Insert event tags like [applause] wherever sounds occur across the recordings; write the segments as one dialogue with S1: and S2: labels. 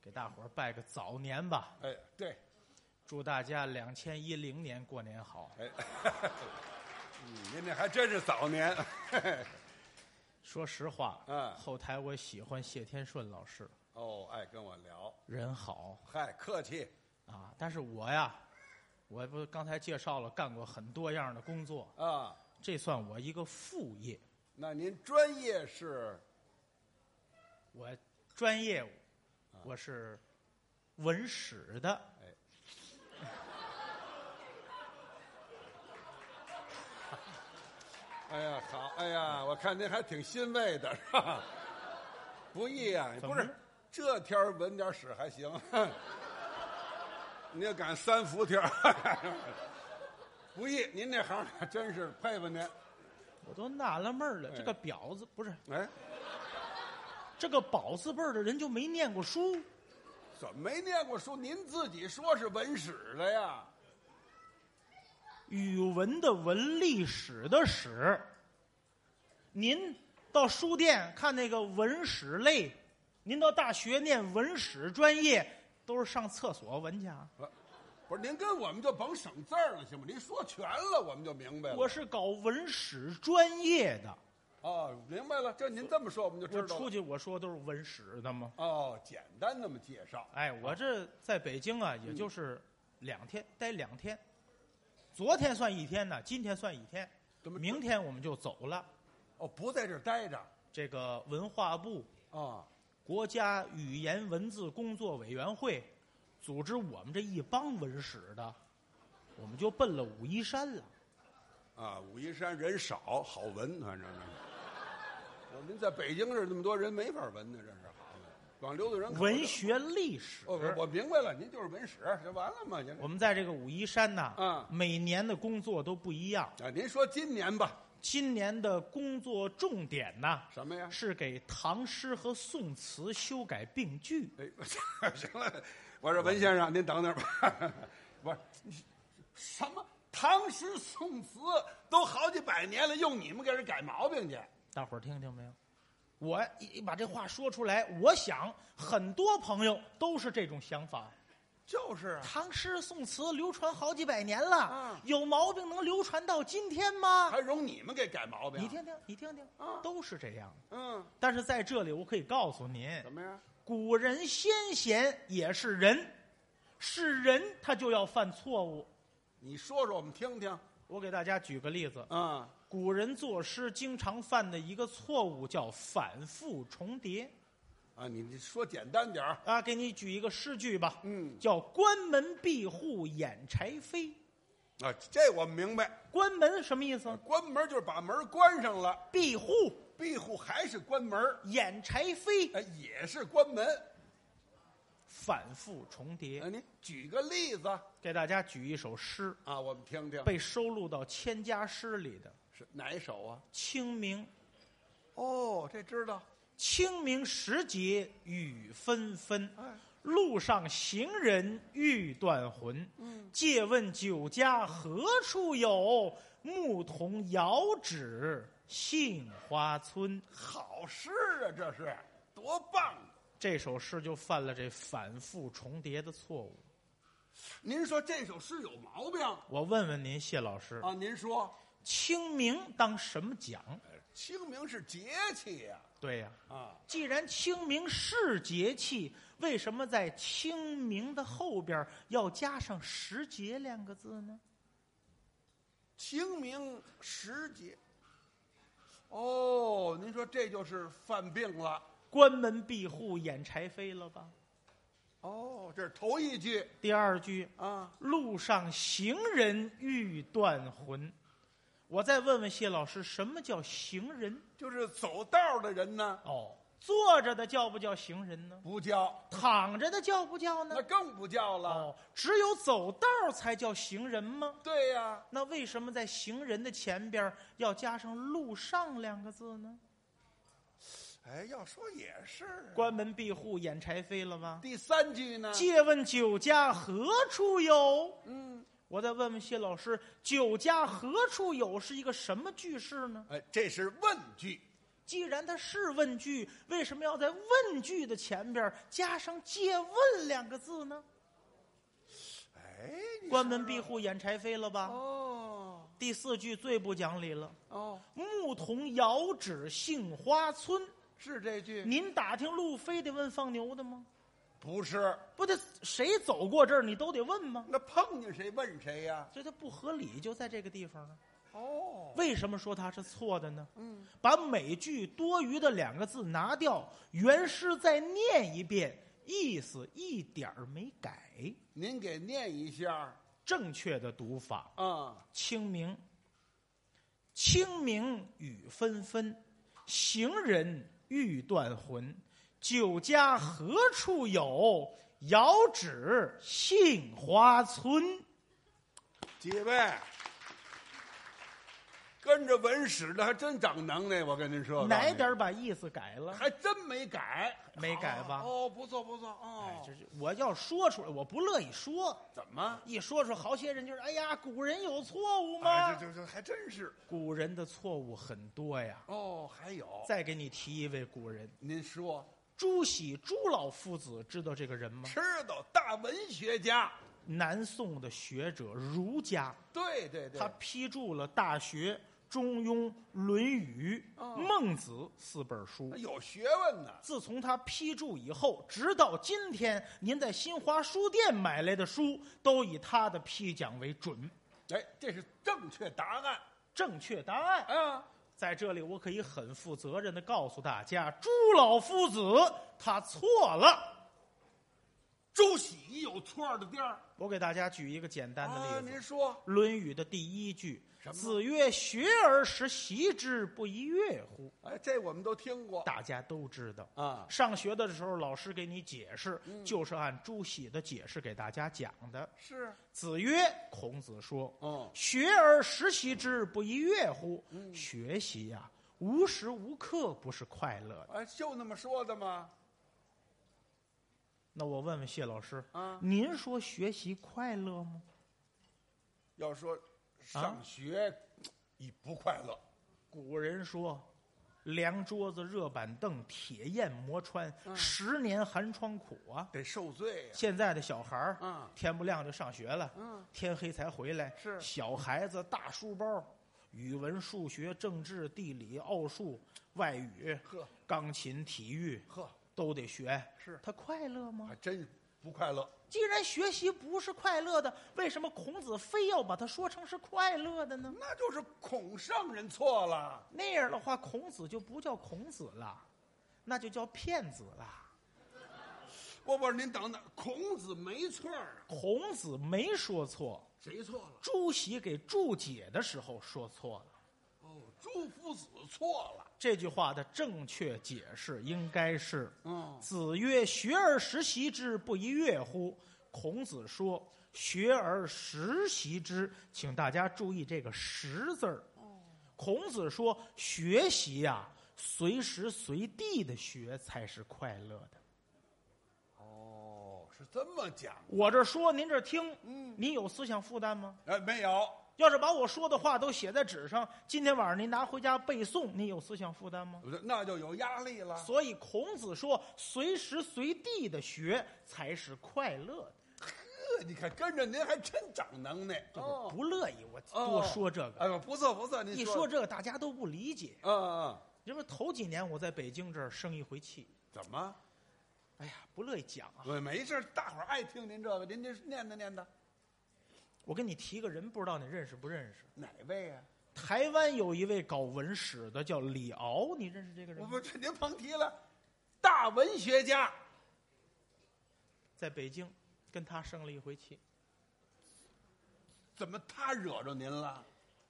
S1: 给大伙儿拜个早年吧，
S2: 哎，对，
S1: 祝大家两千一零年过年好。
S2: 哎，嗯您这还真是早年，
S1: 说实话，
S2: 嗯
S1: 后台我喜欢谢天顺老师，
S2: 哦，爱跟我聊，
S1: 人好
S2: 嗨，客气，
S1: 啊。但是我呀，我不刚才介绍了，干过很多样的工作，
S2: 啊，
S1: 这算我一个副业。
S2: 那您专业是
S1: 我专业
S2: 啊
S1: 我是文史的，
S2: 哎呀，好，哎呀，我看您还挺欣慰的，是吧？不易啊，
S1: 怎
S2: 不
S1: 么
S2: 是这天儿闻点屎还行， [laughs] 你要赶三伏天儿，不易。您这行儿真是佩服您。
S1: 我都纳了闷儿了。
S2: 哎
S1: 这个婊子不是
S2: 哎，
S1: 这个宝字辈儿的人就没念过书，
S2: 怎么没念过书？您自己说是文史的呀？
S1: 语文的文，历史的史。您到书店看那个文史类，您到大学念文史专业，都是上厕所闻去啊。
S2: 不是，您跟我们就甭省字儿了，行吗？您说全了，我们就明白了。
S1: 我是搞文史专业的，
S2: 哦，明白了，这您这么说我们就
S1: 我
S2: 知道
S1: 出
S2: 了。
S1: 去我说都是文史的吗？
S2: 哦，简单那么介绍，
S1: 哎，我这在北京啊，
S2: 嗯
S1: 也就是两天，待两天，昨天算一天呢，今天算一天，
S2: 怎么
S1: 明天我们就走了。
S2: 哦不在这儿待着啊、
S1: 这个文化部
S2: 哦
S1: 国家语言文字工作委员会组织我们这一帮文史的，我们就奔了武夷山了。
S2: 啊，武夷山人少，好闻，反正是。我哦您在北京这儿那么多人没法闻呢，这是好的。光留的人口
S1: 文学历史，
S2: 哦，我我明白了，您就是文史，这完了吗？您
S1: 我们在这个武夷山呐，
S2: 嗯
S1: 每年的工作都不一样。
S2: 啊，您说今年吧，
S1: 今年的工作重点呐，
S2: 什么呀？
S1: 是给唐诗和宋词修改病句。
S2: 哎， [laughs] 行了，我说文先生，您等等吧。 [laughs] 不是，什么唐诗宋词都好几百年了，用你们给人改毛病去？
S1: 大伙儿听听没有？我一把这话说出来，我想很多朋友都是这种想法。
S2: 就是啊，
S1: 唐诗宋词流传好几百年了，
S2: 啊
S1: 有毛病能流传到今天吗？
S2: 还容你们给改毛病？
S1: 你，听听，你听听，
S2: 啊
S1: 都是这样。
S2: 嗯，
S1: 但是在这里，我可以告诉您，
S2: 怎么样？
S1: 古人先贤也是人，是人他就要犯错误。
S2: 你说说我们听听
S1: 我给大家举个例子，
S2: 啊。
S1: 古人作诗经常犯的一个错误叫反复重叠。
S2: 啊，你你说简单点儿，
S1: 啊，给你举一个诗句吧，
S2: 嗯
S1: 叫“关门闭户掩柴扉
S2: 啊，这我明白。”。
S1: 关门什么意思？
S2: 关门就是把门关上了，
S1: 闭户
S2: 闭户还是关门，
S1: 掩柴扉，
S2: 哎，也是关门。
S1: 反复重
S2: 啊，
S1: 叠。
S2: 你举个例子
S1: 给大家举一首诗，
S2: 啊，我们听听，
S1: 被收录到《千家诗》里的《
S2: 是哪一首啊？
S1: 清明》。
S2: 哦，这知道。
S1: 清明时节雨纷纷
S2: 哎，
S1: 路上行人欲断魂。
S2: 嗯
S1: 借问酒家何处有？牧童遥指杏花村。
S2: 好诗啊，这是多棒！啊
S1: 这首诗就犯了这反复重叠的错误。
S2: 您说这首诗有毛病
S1: 我问问您，谢老师，
S2: 啊？您说，
S1: 清明当什么讲？
S2: 哎清明是节气呀、
S1: 对呀、
S2: 啊，
S1: 既然清明是节气，为什么在清明的后边要加上“时节”两个字呢？
S2: 清明时节。哦，您说这就是犯病了。
S1: 关门闭户掩柴扉了吧？
S2: 哦，这是头一句
S1: 第二句，
S2: 啊，
S1: 路上行人欲断魂。我再问问谢老师，什么叫行人？
S2: 就是走道的人呢，
S1: 哦，坐着的叫不叫行人呢？
S2: 不叫，
S1: 躺着的叫不叫呢
S2: 那？更不叫了。
S1: 哦，只有走道儿才叫行人吗？
S2: 对呀、
S1: 那为什么在行人的前边儿要加上“路上”两个字呢？
S2: 哎，要说也是。啊
S1: 关门闭户掩柴扉了吗？
S2: 第三句呢？
S1: 借问酒家何处有？
S2: 嗯，
S1: 我再问问谢老师，“酒家何处有”是一个什么句式呢？
S2: 哎，这是问句。
S1: 既然它是问句，为什么要在问句的前边加上“借问”两个字呢？
S2: 哎，你
S1: 关门闭户掩柴扉了吧？
S2: 哦
S1: 第四句最不讲理了，
S2: 哦，
S1: 牧童遥指杏花村。
S2: 是这句？
S1: 您打听路，非得问放牛的吗？
S2: 不是，
S1: 不得谁走过这儿，你都得问吗？
S2: 那碰见谁问谁呀、
S1: 所以它不合理，就在这个地方呢。
S2: 哦，
S1: 为什么说它是错的呢？
S2: 嗯，
S1: 把每句多余的两个字拿掉，原诗再念一遍，意思一点儿没改。
S2: 您给念一下
S1: 正确的读法：
S2: 啊。
S1: 清明，清明雨纷纷，行人欲断魂。酒家何处有？遥指杏花村。
S2: 几位跟着文史的还真长能耐，我跟您说，
S1: 哪点儿把意思改了？
S2: 还真没改，
S1: 没改吧
S2: 哦，不错不错，
S1: 哎
S2: 哦，，
S1: 这是我要说出来，我不乐意说。
S2: 怎么？
S1: 一说出，好些人就是，哎呀，古人有错误吗？
S2: 哎，这这这还真是
S1: 古人的错误很多呀。
S2: 哦，还有，
S1: 再给你提一位古人，
S2: 您说
S1: 朱熹朱老夫子，知道这个人吗？
S2: 知道大文学家，
S1: 南宋的学者，儒家，
S2: 对对对，
S1: 他批注了《大学》《中庸》《论语》
S2: 哦
S1: 《孟子》四本书。
S2: 有学问呢，
S1: 自从他批注以后，直到今天，您在新华书店买来的书都以他的批讲为准。
S2: 哎，这是正确答案
S1: 正确答案，
S2: 啊，
S1: 在这里我可以很负责任的告诉大家，朱老夫子他错了。
S2: 周喜有错的地儿
S1: 我给大家举一个简单
S2: 啊，
S1: 的例
S2: 您
S1: 子，
S2: 说
S1: 《论语》的第一句
S2: 什：“么
S1: 子曰：学而时习之，不亦说乎
S2: 哎，这我们都听过？”
S1: 大家都知道。
S2: 啊，
S1: 上学的时候，老师给你解释，
S2: 嗯
S1: 就是按朱熹的解释给大家讲的。
S2: 是，
S1: 子曰：“孔子说，
S2: 嗯，
S1: 学而时习之，不亦说乎？”学习呀、无时无刻不是快乐的。
S2: 哎，就那么说的吗？
S1: 那我问问谢老师，
S2: 啊，
S1: 您说学习快乐吗？
S2: 要说上学已不快乐，
S1: 古人说：“凉桌子、热板凳、铁砚磨穿，十年寒窗苦啊。
S2: 得受罪”呀。
S1: 现在的小孩儿，
S2: 嗯
S1: 天不亮就上学了，
S2: 嗯，
S1: 天黑才回来。
S2: 是
S1: 小孩子大书包，语文、数学、政治、地理、奥数、外语、
S2: 呵
S1: 钢琴、体育
S2: 呵，
S1: 都得学。
S2: 是
S1: 他快乐吗
S2: 还？真不快乐。
S1: 啊既然学习不是快乐的，为什么孔子非要把它说成是快乐的呢？
S2: 那就是孔圣人错了，
S1: 那样的话，孔子就不叫孔子了，那就叫骗子了。
S2: 不不，您等等，孔子没错啊，
S1: 孔子没说错，
S2: 谁错了？
S1: 朱熹给注解的时候说错了。
S2: 哦，朱夫子错了。
S1: 这句话的正确解释应该是：
S2: 嗯，
S1: 子曰：“学而时习之，不亦说乎？”孔子说：“学而时习之。”请大家注意这个“时”字儿。孔子说：“学习呀、随时随地的学才是快乐的。”
S2: 哦，是这么讲。
S1: 我这说，您这听，
S2: 嗯，
S1: 您有思想负担吗？
S2: 哎，没有，
S1: 要是把我说的话都写在纸上，今天晚上您拿回家背诵，您有思想负担吗？
S2: 那就有压力了。
S1: 所以孔子说，随时随地的学才是快乐的。
S2: 这 [laughs] 你看，跟着您还真长能耐。
S1: 这我不乐意，我多说这个。
S2: 哎呦，不错不错，您
S1: 一说
S2: 哦说，
S1: 这个，大家都不理解。
S2: 嗯嗯，
S1: 因为头几年我在北京这儿生一回气，
S2: 怎么？
S1: 哎呀，不乐意讲啊。
S2: 我没事，大伙儿爱听您这个，您这念叨念叨。
S1: 我跟你提个人，不知道你认识不认识？
S2: 哪位啊呀、
S1: 台湾有一位搞文史的叫李敖，你认识这个人
S2: 我
S1: 吗？
S2: 不，这您甭提了，大文学家
S1: 在北京跟他生了一回气。
S2: 怎么他惹着您了？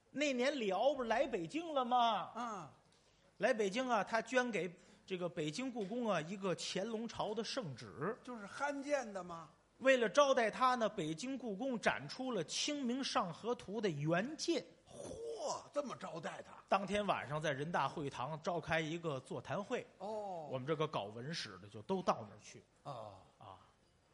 S1: 那年李敖不是来北京了吗？
S2: 啊，
S1: 来北京啊，他捐给这个北京故宫啊一个乾隆朝的圣旨。
S2: 就是罕见的吗？
S1: 为了招待他呢，北京故宫展出了《清明上河图》的原件。
S2: 嚯，哦这么招待他？
S1: 当天晚上在人大会堂召开一个座谈会，
S2: 哦，
S1: 我们这个搞文史的就都到那儿去
S2: 啊，
S1: 啊。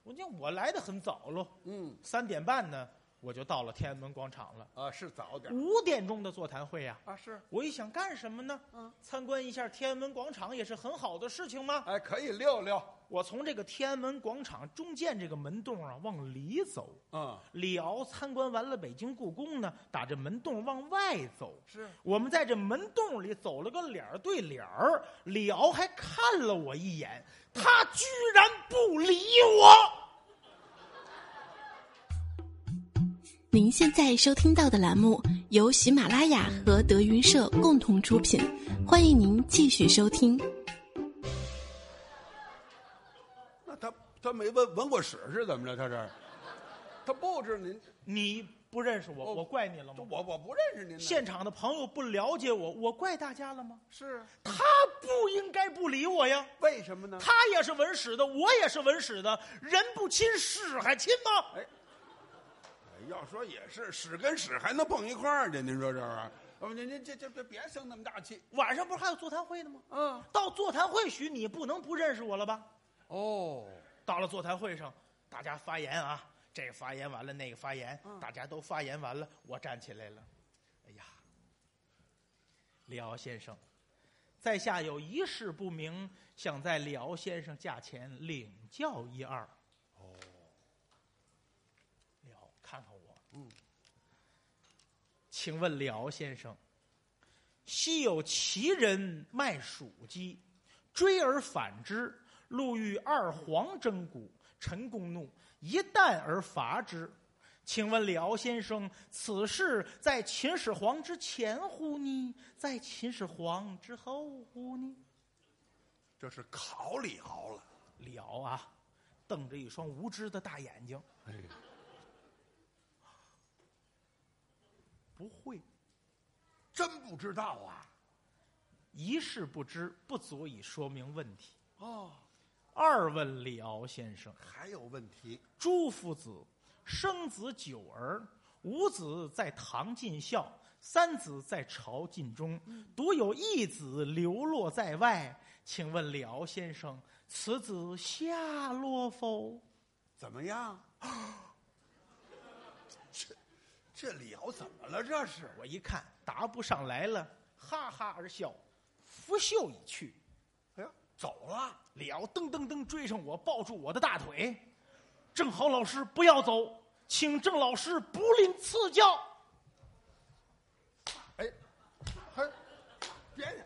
S1: 我讲我来的很早喽，
S2: 嗯，
S1: 三点半呢，我就到了天安门广场了。
S2: 啊，是早点
S1: 五点钟的座谈会呀、
S2: 啊，是，
S1: 我一想干什么呢？
S2: 嗯，
S1: 参观一下天安门广场也是很好的事情吗？
S2: 哎，可以溜溜，
S1: 我从这个天安门广场中间这个门洞啊往里走，
S2: 嗯，
S1: 李敖参观完了北京故宫呢，打这门洞往外走。
S2: 是，
S1: 我们在这门洞里走了个脸儿对脸儿，李敖还看了我一眼，他居然不理我。
S3: 您现在收听到的栏目由喜马拉雅和德云社共同出品，欢迎您继续收听。
S2: 那他他没闻闻过屎是怎么着？他这，他不知您，
S1: 你不认识我，
S2: 哦
S1: 我怪你了
S2: 这
S1: 吗？
S2: 我我不认识您呢，
S1: 现场的朋友不了解我，我怪大家了吗？
S2: 是
S1: 他不应该不理我呀，
S2: 为什么呢？
S1: 他也是文史的，我也是文史的，人不亲屎还亲吗？
S2: 哎要说也是，屎跟屎还能碰一块儿去？您说这玩意儿，您您这这这别生那么大气，
S1: 晚上不是还有座谈会呢吗？
S2: 嗯，
S1: 到座谈会许你不能不认识我了吧？
S2: 哦，
S1: 到了座谈会上，大家发言啊，这个发言完了，那个发言，大家都发言完了，我站起来了。哎呀，李敖先生，在下有一事不明，想在李敖先生驾前领教一二。哦，李敖，看看我，嗯，请问李敖先生，昔有齐人卖黍鸡，追而反之，路遇二黄争骨，陈公怒，一旦而伐之。请问李敖先生，此事在秦始皇之前乎呢？在秦始皇之后乎呢？
S2: 这是考里熬了，
S1: 李敖啊，瞪着一双无知的大眼睛，
S2: 哎，
S1: 不会，
S2: 真不知道啊，
S1: 一事不知，不足以说明问题。
S2: 哦，
S1: 二问李敖先生，
S2: 还有问题，
S1: 朱夫子生子九儿，五子在唐尽孝，三子在朝尽忠，独有一子流落在外。请问李敖先生，此子下落否？
S2: 怎么样？ [gasps] 这这李敖怎么了？这是
S1: 我一看答不上来了，哈哈而笑，拂袖已去。
S2: 哎呀，走了。
S1: 李敖噔噔噔追上我，抱住我的大腿。郑好老师不要走，请郑老师不吝赐教。
S2: 哎，嘿，别介，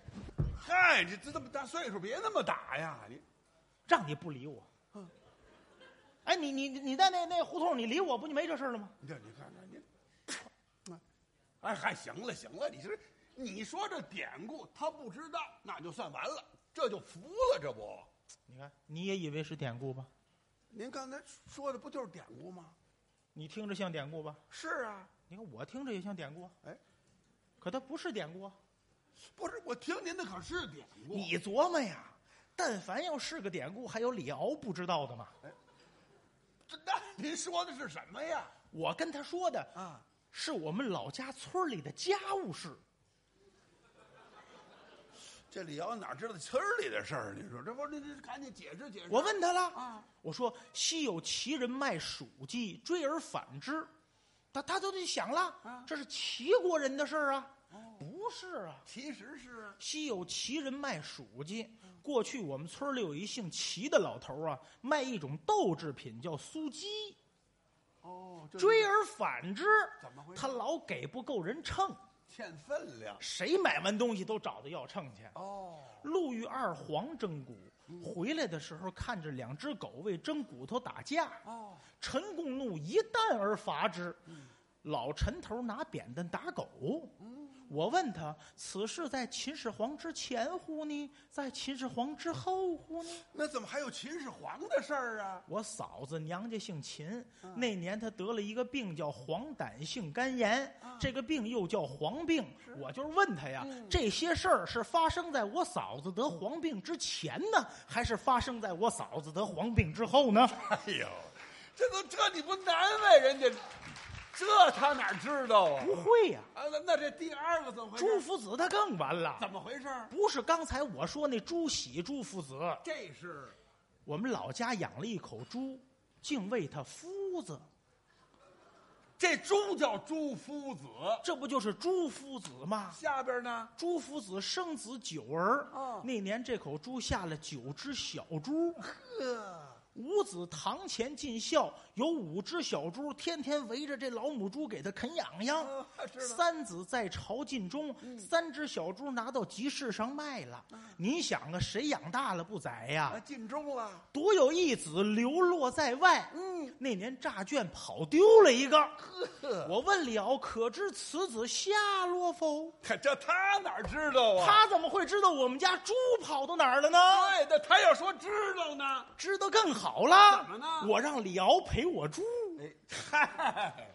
S2: 嗨，这这这么大岁数，别那么打呀！你
S1: 让你不理我。哎，你你你在那那胡同，你理我不就没这事儿了吗？
S2: 你这你看看你，哎嗨，行了行了，你这你说这典故他不知道，那就算完了，这就服了，这不？
S1: 你看，你也以为是典故吧？
S2: 您刚才说的不就是典故吗？
S1: 你听着像典故吧？
S2: 是啊，
S1: 你看我听着也像典故，啊
S2: 哎，
S1: 可它不是典故啊。
S2: 不是，我听您的可是典故。
S1: 你琢磨呀，但凡要是个典故，还有李敖不知道的吗？
S2: 这那您说的是什么呀？
S1: 我跟他说的
S2: 啊，
S1: 是我们老家村里的家务事。
S2: 这李敖哪知道村儿里的事儿？你说这不，这这赶紧解释解释。
S1: 我问他了，
S2: 啊
S1: 我说昔有齐人卖黍鸡，追而反之，他他都得想了，
S2: 嗯
S1: 这是齐国人的事儿啊，
S2: 哦
S1: 不是啊。
S2: 其实是啊
S1: 昔有齐人卖黍鸡，过去我们村里有一姓齐的老头啊，卖一种豆制品叫酥鸡，
S2: 哦，这
S1: 追而反之，
S2: 怎么回事
S1: 他老给不够人秤，
S2: 欠分量。
S1: 谁买完东西都找他要秤去。
S2: 哦，嗯
S1: 路遇二黄争骨，回来的时候看着两只狗为争骨头打架。
S2: 哦，
S1: 陈公怒，一旦而伐之。老陈头拿扁担打狗。我问他，此事在秦始皇之前乎呢？在秦始皇之后乎呢？
S2: 那怎么还有秦始皇的事儿啊？
S1: 我嫂子娘家姓秦，那年她得了一个病叫黄疸性肝炎，这个病又叫黄病。我就是问她呀，这些事儿是发生在我嫂子得黄病之前呢，还是发生在我嫂子得黄病之后呢？
S2: 哎呦，这都这你不难为人家？这他哪知道啊？
S1: 不会呀、
S2: 啊，那那这第二个怎么回
S1: 朱
S2: 事？
S1: 夫子他更完了。
S2: 怎么回事？
S1: 不是刚才我说那朱喜朱父子，
S2: 这是
S1: 我们老家养了一口猪，净喂它夫子。
S2: 这猪叫朱夫子，
S1: 这不就是朱夫子吗？
S2: 下边呢？
S1: 朱夫子生子九儿，
S2: 啊
S1: 那年这口猪下了九只小猪。五子堂前尽孝，有五只小猪天天围着这老母猪给它啃痒痒。
S2: 啊知道
S1: 三子在朝觐中，三只小猪拿到集市上卖了。你想啊，谁养大了不宰呀、
S2: 啊，进钟了，
S1: 独有一子流落在外。
S2: 嗯，
S1: 那年诈卷跑丢了一个。我问了，可知此子下落否？
S2: 可 [laughs] 这他哪知道啊？
S1: 他怎么会知道我们家猪跑到哪儿了呢？
S2: 对的，他要说知道呢，
S1: 知道更好了。
S2: 怎么呢
S1: 我让李敖陪我猪。
S2: 哎，嗨，